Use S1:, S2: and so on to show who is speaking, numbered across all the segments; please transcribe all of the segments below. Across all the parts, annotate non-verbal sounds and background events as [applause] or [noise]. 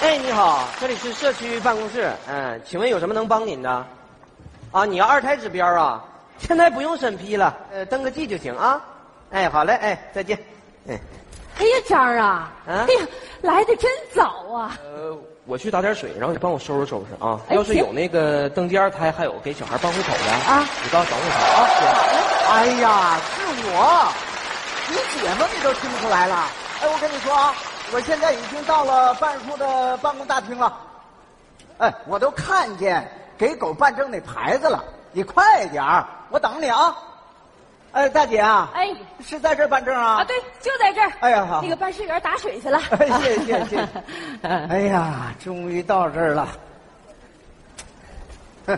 S1: 嗨，哎你好，这里是社区办公室。嗯，请问有什么能帮您的？啊，你要二胎指标啊？现在不用审批了，呃，登个记就行啊。哎，好嘞，哎，再见。嗯，
S2: 哎呀，张儿啊，
S1: 啊
S2: 哎呀，来的真早啊！
S1: 呃，我去打点水，然后你帮我收拾收拾啊。
S2: 哎
S1: 要是
S2: 行
S1: 有那个登记二胎，还有给小孩办户口的
S2: 啊
S1: 你到时候找我啊。行
S3: 哎呀，是我，你姐夫你都听不出来了。哎，我跟你说啊，我现在已经到了办事处的办公大厅了。哎，我都看见给狗办证那牌子了，你快点儿，我等你啊。哎，大姐啊，
S2: 哎
S3: 是在这儿办证啊？
S2: 啊，对，就在这儿。
S3: 哎呀好
S2: 那个办事员打水去了。
S3: 哎谢谢谢谢哎呀，终于到这儿了。哼，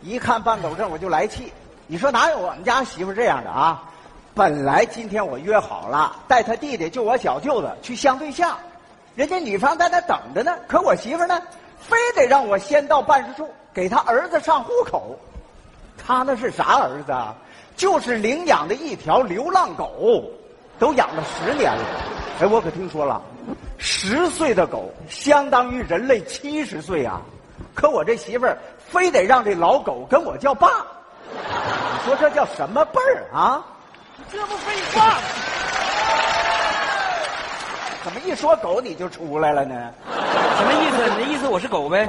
S3: 一看办狗证我就来气。你说哪有我们家媳妇这样的啊？本来今天我约好了带他弟弟，就我小舅子去相对象，人家女方在那等着呢。可我媳妇呢，非得让我先到办事处给他儿子上户口。他那是啥儿子？啊？就是领养的一条流浪狗，都养了十年了。哎，我可听说了，十岁的狗相当于人类七十岁啊！可我这媳妇儿非得让这老狗跟我叫爸，你说这叫什么辈儿啊？
S2: 这不废话吗？
S3: 怎么一说狗你就出来了呢？
S1: 什么意思？你的意思我是狗呗？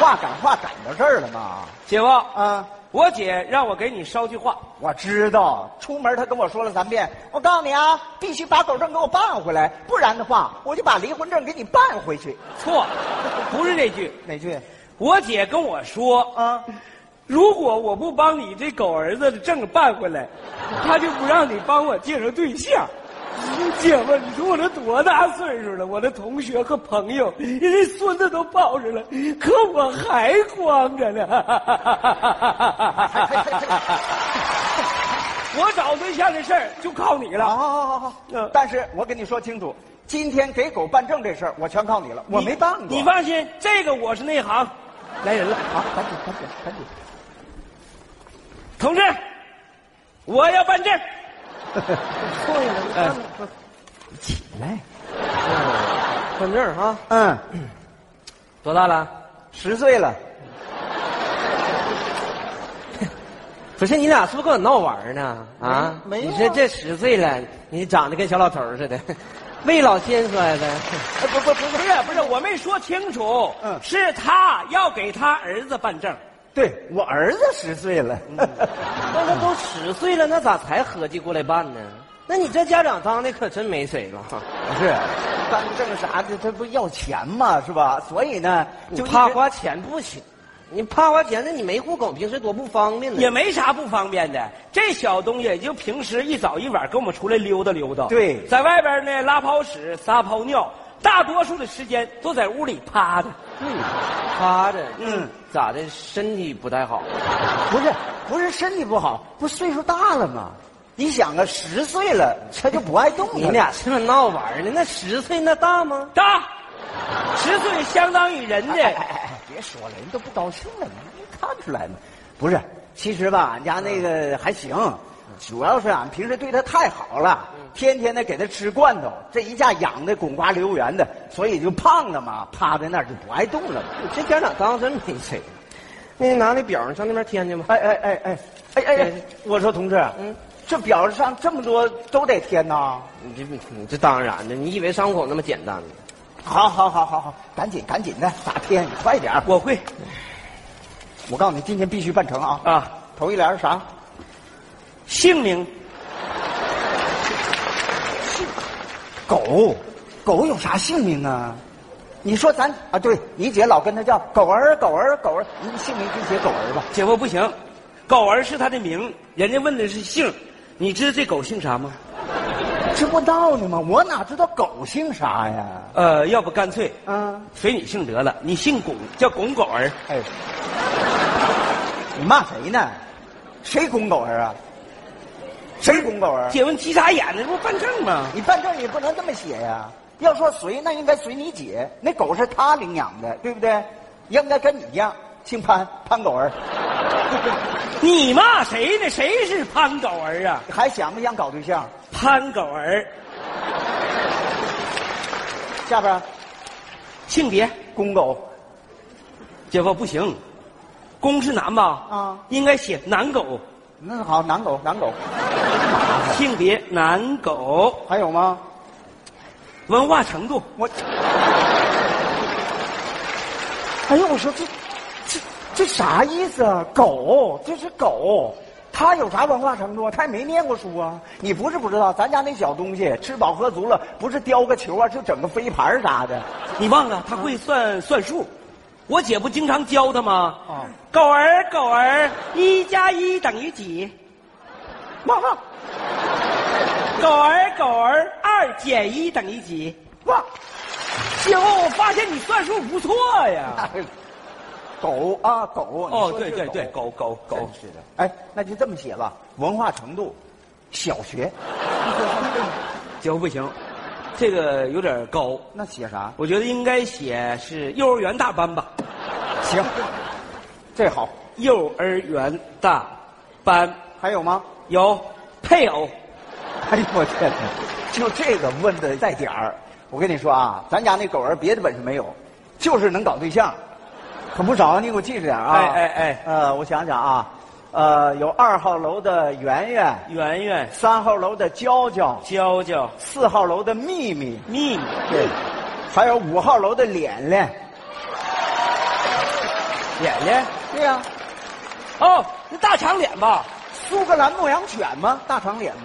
S3: 话赶话赶到这儿了吗？
S1: 姐夫，
S3: 啊，
S1: 我姐让我给你捎句话。
S3: 我知道，出门他跟我说了三遍，我告诉你啊，必须把狗证给我办回来，不然的话，我就把离婚证给你办回去。
S4: 错，不是这句。
S3: 哪句？
S4: 我姐跟我说，
S3: 啊，
S4: 如果我不帮你这狗儿子的证办回来，他就不让你帮我介绍对象。姐夫，你说我都多大岁数了？我的同学和朋友，人家孙子都抱着了，可我还光着呢。 [laughs] 我找对象的事儿就靠你
S3: 好
S4: 了。
S3: 好好好好
S4: 嗯。
S3: 哦但是我跟你说清楚，今天给狗办证这事儿，我全靠你了，我
S4: 你
S3: 没办过。
S4: 你放心，这个我是内行。来人了，
S3: 啊，赶紧赶紧赶紧！
S4: 同志，我要办证。
S3: 对了，
S1: 呃
S4: 哎
S1: 嗯
S3: 起来。
S1: 办证啊？
S3: 嗯，
S1: 多大了？
S3: 十岁了，
S1: [laughs] 不是你俩是不是跟我闹玩儿呢？啊，
S3: 没没有啊
S1: 你说这十岁了，你长得跟小老头儿似的，未老先衰呗。 [laughs]
S3: 哎不不不
S4: 不
S3: 不
S4: 是不是，我没说清楚，
S3: 嗯
S4: 是他要给他儿子办证。
S3: 对我儿子十岁了。
S1: 那他都十岁了，那咋才合计过来办呢？那你这家长当的可真没谁了。 [laughs]
S3: 不是，办证啥的，他不要钱嘛，是吧？所以呢，
S1: 你
S3: 就一直
S1: 怕花钱不行，你怕花钱，那你没户口，平时多不方便呢。
S4: 也没啥不方便的，这小东西也就平时一早一晚跟我们出来溜达溜达。
S3: 对
S4: 在外边呢拉泡屎、撒泡尿，大多数的时间都在屋里趴着。
S1: 趴着，
S3: 嗯，
S1: 咋的？身体不太好。
S3: 不是不是身体不好，不岁数大了吗？你想啊，十岁了，他就不爱动弹
S1: 你俩是不是闹玩儿呢？那十岁那大吗？
S4: 大，十岁相当于人
S3: 哎哎
S4: 的。
S3: 哎哎，别说了，人都不高兴了，你没看出来吗？不是，其实吧，俺家那个还行，主要是俺平时对他太好了，天天的给他吃罐头，这一下养的滚瓜溜圆的，所以就胖了嘛，趴在那儿就不爱动了嘛。
S1: 你这家长当真没谁。啊那拿那表上那边填去吧。
S3: 哎哎哎哎哎哎哎
S1: 对！
S3: 我说同志，啊
S1: 嗯
S3: 这表上这么多都得填呐。
S1: 你这你这当然的，你以为伤口那么简单呢？
S3: 好好好好好，赶紧赶紧的，咋填？你快点儿！
S4: 我会
S3: 我告诉你，今天必须办成啊！
S4: 啊，
S3: 头一联是啥？
S4: 姓名
S3: 狗，狗有啥姓名啊？你说咱啊，对你姐老跟他叫狗儿，狗儿，狗儿，你姓名就写狗儿吧。
S4: 姐夫不行，狗儿是他的名，人家问的是姓，你知道这狗姓啥吗？
S3: 这不闹呢吗？我哪知道狗姓啥呀？
S4: 呃，要不干脆
S3: 啊，
S4: 随你姓得了，你姓巩，叫巩狗儿。
S3: 哎，你骂谁呢？谁拱狗儿啊？谁拱狗儿？啊
S4: 姐问急啥眼呢？这不办证吗？
S3: 你办证也不能这么写呀、要说随，那应该随你姐，那狗是她领养的，对不对？应该跟你一样，姓潘，潘狗儿。 [laughs]
S4: 你骂谁呢？谁是潘狗儿啊？
S3: 还想不想搞对象？
S4: 潘狗儿，
S3: 下边儿，
S4: 性别，
S3: 公狗
S4: 姐夫不行，公是男吧？
S3: 啊，
S4: 应该写男狗，
S3: 那嗯好，男狗男狗，
S4: 性别男狗，
S3: 还有吗？
S4: 文化程度，
S3: 我，哎呦，我说这这这啥意思啊？狗，这是狗，它有啥文化程度啊？它也没念过书啊！你不是不知道，咱家那小东西吃饱喝足了，不是叼个球啊，就整个飞盘啥的。
S4: 你忘了他会算算数，我姐不经常教他吗？
S3: 啊
S4: 狗儿狗儿，一加一等于几？
S3: 妈妈，
S4: 狗儿狗儿，二减一等于几？
S3: 妈，
S4: 姐夫，我发现你算数不错呀。
S3: [laughs] 狗啊狗！你
S4: 哦，
S3: 说
S4: 对
S3: 这
S4: 对对，
S3: 狗
S4: 狗狗狗
S3: 真，是的。哎，那就这么写吧，文化程度，小学。
S4: 姐夫不行，这个有点高，
S3: 那写啥？
S4: 我觉得应该写是幼儿园大班吧，
S3: 行，这好。
S4: 幼儿园大班
S3: 还有吗？ [laughs]
S4: 有配偶。
S3: 哎呦我天哪！就这个问的带点儿，我跟你说啊，咱家那狗儿别的本事没有，就是能搞对象，可不少。你给我记着点儿啊！
S4: 哎哎哎
S3: 呃，我想想啊，呃，有二号楼的圆圆，
S4: 圆圆、
S3: 三号楼的娇娇，
S4: 娇娇、
S3: 四号楼的秘密，
S4: 秘密、
S3: 对，还有五号楼的脸脸。
S4: 脸脸，
S3: 对呀、
S4: 哦，那大长脸吧？
S3: 苏格兰牧羊犬吗？大长脸吗？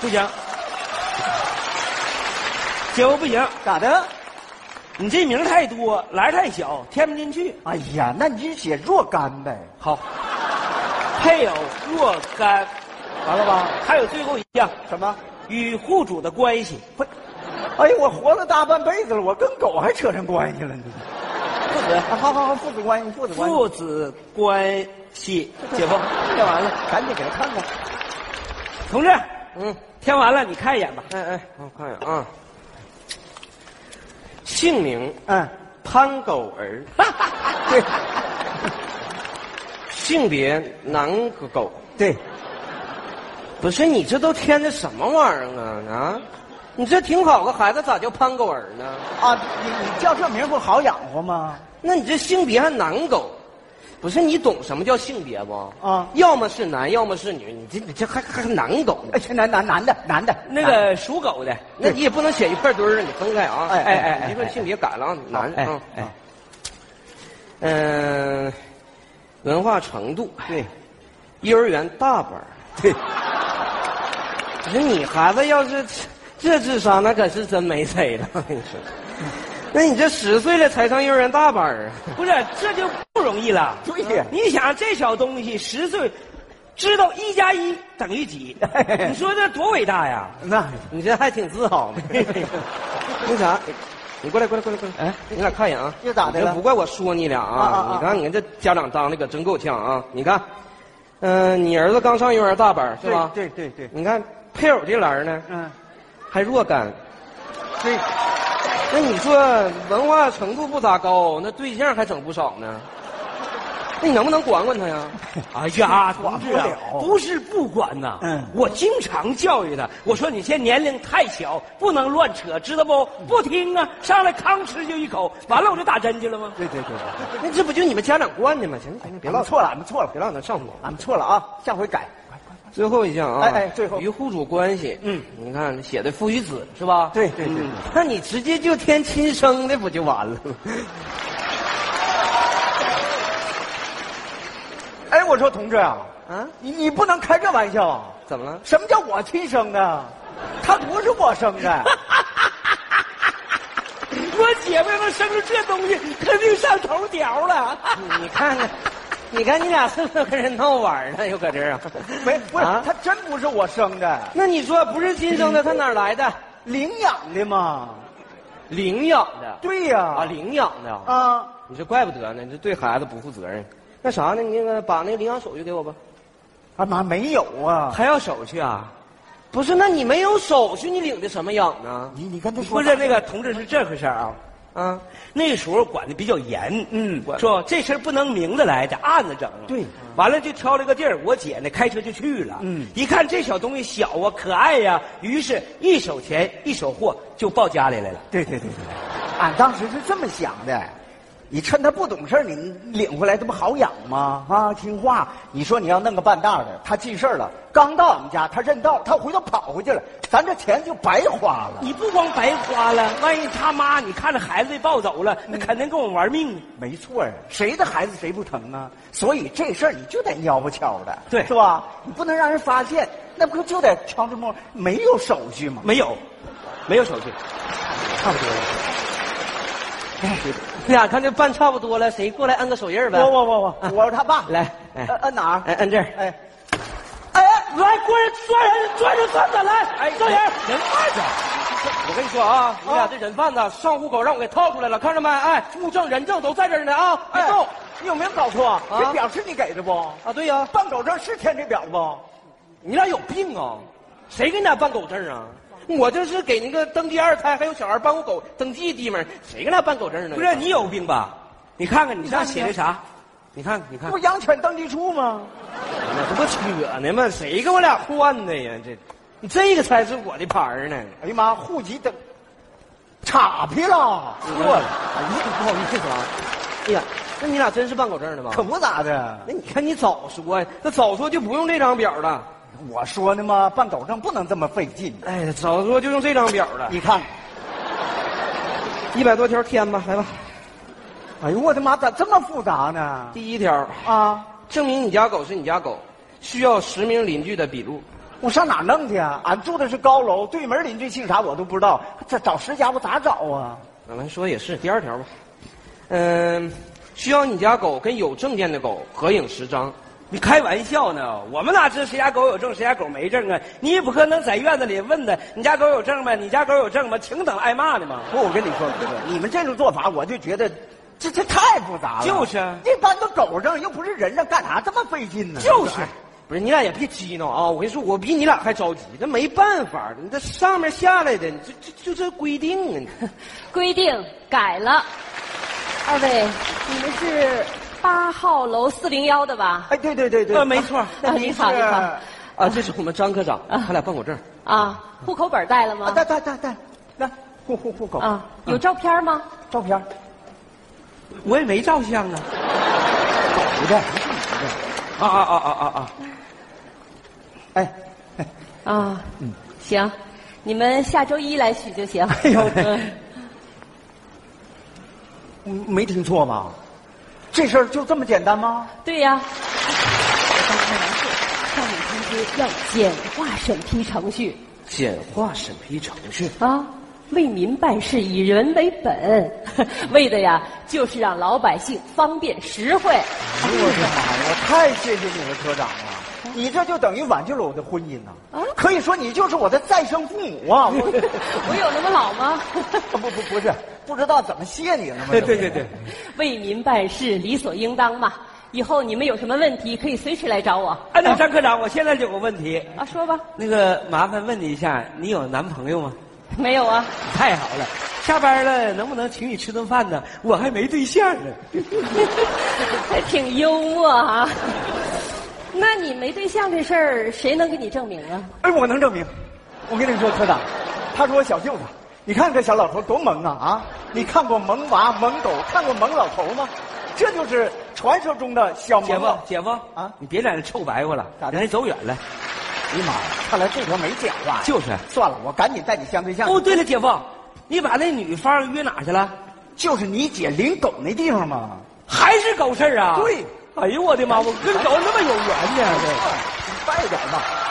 S4: 不行，姐夫不行，
S3: 咋的？
S4: 你这名儿太多，栏儿太小，填不进去。
S3: 哎呀，那你就写若干呗，
S4: 好，配偶若干，
S3: 完了吧？
S4: 还有最后一项，
S3: 什么？
S4: 与户主的关系。
S3: 不，哎呀，我活了大半辈子了，我跟狗还扯上关系了呢。
S4: 父子
S3: 啊，好好好，父子关系，父子关系。
S4: 父子关系，姐夫
S3: 干完了，赶紧给他看看。
S4: 同志，
S1: 嗯，
S4: 填完了你看一眼吧。
S1: 哎哎，我看一眼啊，姓名
S3: 嗯，
S1: 潘狗儿，
S3: 对
S1: 性别男狗。
S3: 对，
S1: 不是你这都添的什么玩意儿啊啊！你这挺好个孩子，咋叫潘狗儿呢？
S3: 啊，你你叫这名不好养活吗？
S1: 那你这性别还男狗？不是你懂什么叫性别不？
S3: 啊
S1: 要么是男，要么是女，你这你这还还还男狗呢？
S3: 哎，男男男的男的，啊
S4: 那个属狗的，
S1: 那你也不能写一块堆儿啊，你分开啊！
S3: 哎哎哎哎
S1: 一会儿性别改了啊，男
S3: 哎
S1: 啊
S3: 哎，
S1: 嗯，文化程度，
S3: 对
S1: 幼儿园大班儿。
S3: [laughs] 对，
S1: 不是你孩子要是这智商，那可是真没谁了。我跟你说，那你这十岁了才上幼儿园大班儿啊？
S4: 不是这就不容易了。
S3: 对呀
S4: 你想这小东西十岁，知道一加一等于几？你说这多伟大呀！
S1: [laughs]
S3: 那
S1: 你这还挺自
S3: [laughs]
S1: 豪呢。那啥，你过来，过来，过来，过来。哎，你俩看一眼啊。
S3: 呃又咋的
S1: 你
S3: 了
S1: 这不怪我说你俩啊！
S3: 啊啊啊
S1: 你看，你看这家长当的可真够呛啊！你看，嗯、你儿子刚上幼儿园大班儿是吧？
S3: 对对对，对
S1: 你看配偶这栏儿呢，
S3: 嗯，
S1: 还若干。
S3: 对，
S1: 那你说文化程度不咋高，那对象还整不少呢。那你能不能管管他呀？
S4: 哎呀，
S3: 管
S4: 同
S3: 不
S4: 志啊
S3: 了
S4: 不是不管呐。
S3: 嗯
S4: 我经常教育他，我说你现在年龄太小，不能乱扯，知道不？
S3: 嗯
S4: 不听啊，上来吭哧就一口，完了我就打针去了吗？
S3: 对对对，对
S1: 那这不就你们家长惯的吗？行，行，别
S3: 俺们
S1: 唠
S3: 错了，俺们错了，
S1: 别唠，那上头。
S3: 俺们错了啊，下回改。
S1: 最后一项啊，
S3: 哎哎最后
S1: 与户主关系，
S4: 嗯，
S1: 你看写的父与子是吧？
S3: 对对对对
S1: 嗯那你直接就填亲生的不就完了？吗？
S3: 哎，我说同志啊，
S1: [laughs] 啊，
S3: 你你不能开这玩笑啊！
S1: 怎么了？
S3: 什么叫我亲生的？他不是我生 [laughs] 的。嗯
S4: 我姐妹们生出这东西，肯定上头
S3: [laughs]
S4: 条了。
S1: 你你看看，你看你俩是不是跟人闹玩呢？又搁这儿 [laughs] 啊？
S3: 没，不是，
S1: 啊
S3: 他真不是我生的，
S1: 那你说不是亲生的，他哪儿来的？
S3: 领养的嘛。
S1: 领养的
S3: 对呀、
S1: 啊，领养的啊。
S3: 啊，
S1: 你这怪不得呢，你这对孩子不负责任。那啥呢？你那个把那个领养手续给我吧。
S3: 啊妈没有啊。
S1: 还要手续啊？不是，那你没有手续，你领的什么养呢？
S3: 你你跟他
S4: 不
S3: 说
S4: 是那个同志是这回事儿啊，
S1: 嗯，
S4: 那时候管的比较严，
S5: 嗯
S4: 管说这事儿不能明着来，得暗着整。啊
S5: 对，
S4: 完了就挑了个地儿，我姐呢开车就去了。
S5: 嗯
S4: 一看这小东西小啊，可爱呀、于是一手钱一手货就抱家里来了。
S5: 对对对对，
S3: 俺当时是这么想的，你趁他不懂事儿你领回来，这不好养吗？啊，听话。你说你要弄个半大的，他记事儿了，刚到我们家，他认道，他回头跑回去了，咱这钱就白花了。
S4: 你不光白花了，万一他妈你看着孩子被抱走了，那肯定跟我玩命。
S3: 没错呀，谁的孩子谁不疼啊？所以这事儿你就得蔫不悄的，
S4: 对
S3: 是吧？你不能让人发现，那不就得悄着摸，没有手续吗？
S4: 没有，没有手续。
S1: 差不多了。
S3: 哎
S1: 你俩看这办差不多了，谁过来摁个手印儿呗？
S3: 我我我我，我是他爸。
S1: 来，哎
S3: 摁，摁哪儿？
S1: 哎，摁这儿。
S3: 哎，哎，
S4: 来，过来抓人，抓人贩子来！哎，抓人，哎人贩子。
S1: 我跟你说啊，你俩这人贩子上户口让我给套出来了，看着没？哎，物证、人证都在这儿呢啊！别
S3: 哎
S1: 动
S3: 你有没有搞错啊？
S1: 啊
S3: 这表是你给的不？
S1: 啊！对呀、
S3: 办狗证是填这表不？
S1: 你俩有病啊！谁给你俩办狗证啊？我这是给那个登记二胎还有小孩办户口登记地方，谁给俩办狗证呢？
S4: 不是你有病吧？你看看你上写的啥？你看看，你看
S1: 哎
S3: 不，养犬登记处吗？
S1: 这不扯呢吗？谁跟我俩换的呀？这，你这个才是我的牌儿呢。
S3: 哎呀妈，户籍登，岔劈了，
S1: 错了，哎呀，不好意思啊。哎呀，那你俩真是办狗证的吧？
S3: 可不咋的。
S1: 那你看你早说呀，那早说就不用这张表了。
S3: 我说呢嘛，办狗证不能这么费劲。
S1: 哎，早说就用这张表了。
S3: 你看，
S1: 一百多条填吧，来吧。
S3: 哎呦我的妈，咋这么复杂呢？
S1: 第一条，
S3: 啊，
S1: 证明你家狗是你家狗，需要实名邻居的笔录。
S3: 我上哪儿弄去啊？俺住的是高楼，对门邻居姓啥我都不知道，这找石家我咋找啊？
S1: 俺们说也是，第二条吧。嗯，需要你家狗跟有证件的狗合影十张。
S4: 你开玩笑呢？我们哪知道谁家狗有证，谁家狗没证啊？你也不可能在院子里问他，你家狗有证没？你家狗有证吗？请等挨骂的吗？
S3: 不，我跟你说，哥哥，你们这种做法，我就觉得这这太复杂了。
S4: 就是啊
S3: 一般都狗证，又不是人证，干啥这么费劲呢？
S4: 就是
S1: 不是你俩也别激闹啊！我跟你说，我比你俩还着急，这没办法，你这上面下来的，你这这就这规定啊！
S2: [laughs] 规定改了。二位，你们是八号楼四零幺的吧？
S3: 哎，对对对对，
S4: 呃，没错，
S2: 啊，你好，你好。
S1: 啊，这是我们张科长，他俩办狗证。
S2: 啊，户口本带了
S3: 啊，
S2: 吗？
S3: 带带带带，来户户户口
S2: 啊，有照片吗？
S3: 照片，
S4: 我也没照相啊。
S3: 狗的，
S4: 啊啊啊啊啊啊！
S3: 哎，
S2: 啊，行，你们下周一来取就行。
S3: 哎
S2: [laughs]
S3: 呦嗯没听错吧？这事儿就这么简单吗？
S2: 对呀、我刚才没事，上面通知要简化审批程序
S1: 简化审批程序。
S2: 啊，为民办事以人为本， [laughs] 为的呀就是让老百姓方便实惠。
S3: 哎
S2: 哦
S3: 呦我的妈呀！我太谢谢你了，科长啊！你这就等于挽救了我的婚姻呐、
S2: 嗯啊
S3: 可以说你就是我的再生父母啊！我
S2: 我有那么老吗？
S3: [laughs]
S2: [laughs]
S3: 不不不是，不知道怎么谢你了吗？
S4: 对对对对，
S2: 为民办事理所应当嘛。以后你们有什么问题可以随时来找我
S4: 哎，那张科长，我现在有个问题，
S2: 啊，说吧。
S4: 那个麻烦问你一下，你有男朋友吗？
S2: 没有啊，
S4: 太好了，下班了能不能请你吃顿饭呢？我还没对象呢。
S2: 还 [laughs] 挺幽默啊。 [laughs] 那你没对象这事儿，谁能给你证明啊？
S3: 哎，我能证明。我跟你说，科长，他是我小舅子。你看这小老头多萌啊啊！你看过萌娃、萌狗，看过萌老头吗？这就是传说中的小
S4: 姐
S3: 萌
S4: 夫
S3: 娃。，
S4: 姐夫
S3: 啊
S4: 你别在那臭白活了，
S3: 咋的
S4: 人家走远了。
S3: 哎呀妈呀！看来这条没讲话呀。
S4: 就是
S3: 算了，我赶紧带你相对象。
S4: 哦，对了，姐夫，你把那女方约哪去了？
S3: 就是你姐领狗那地方嘛。
S4: 还是狗事儿啊？
S3: 对，
S4: 哎呦我的妈，我跟狗那么有缘呢，
S3: 快点吧。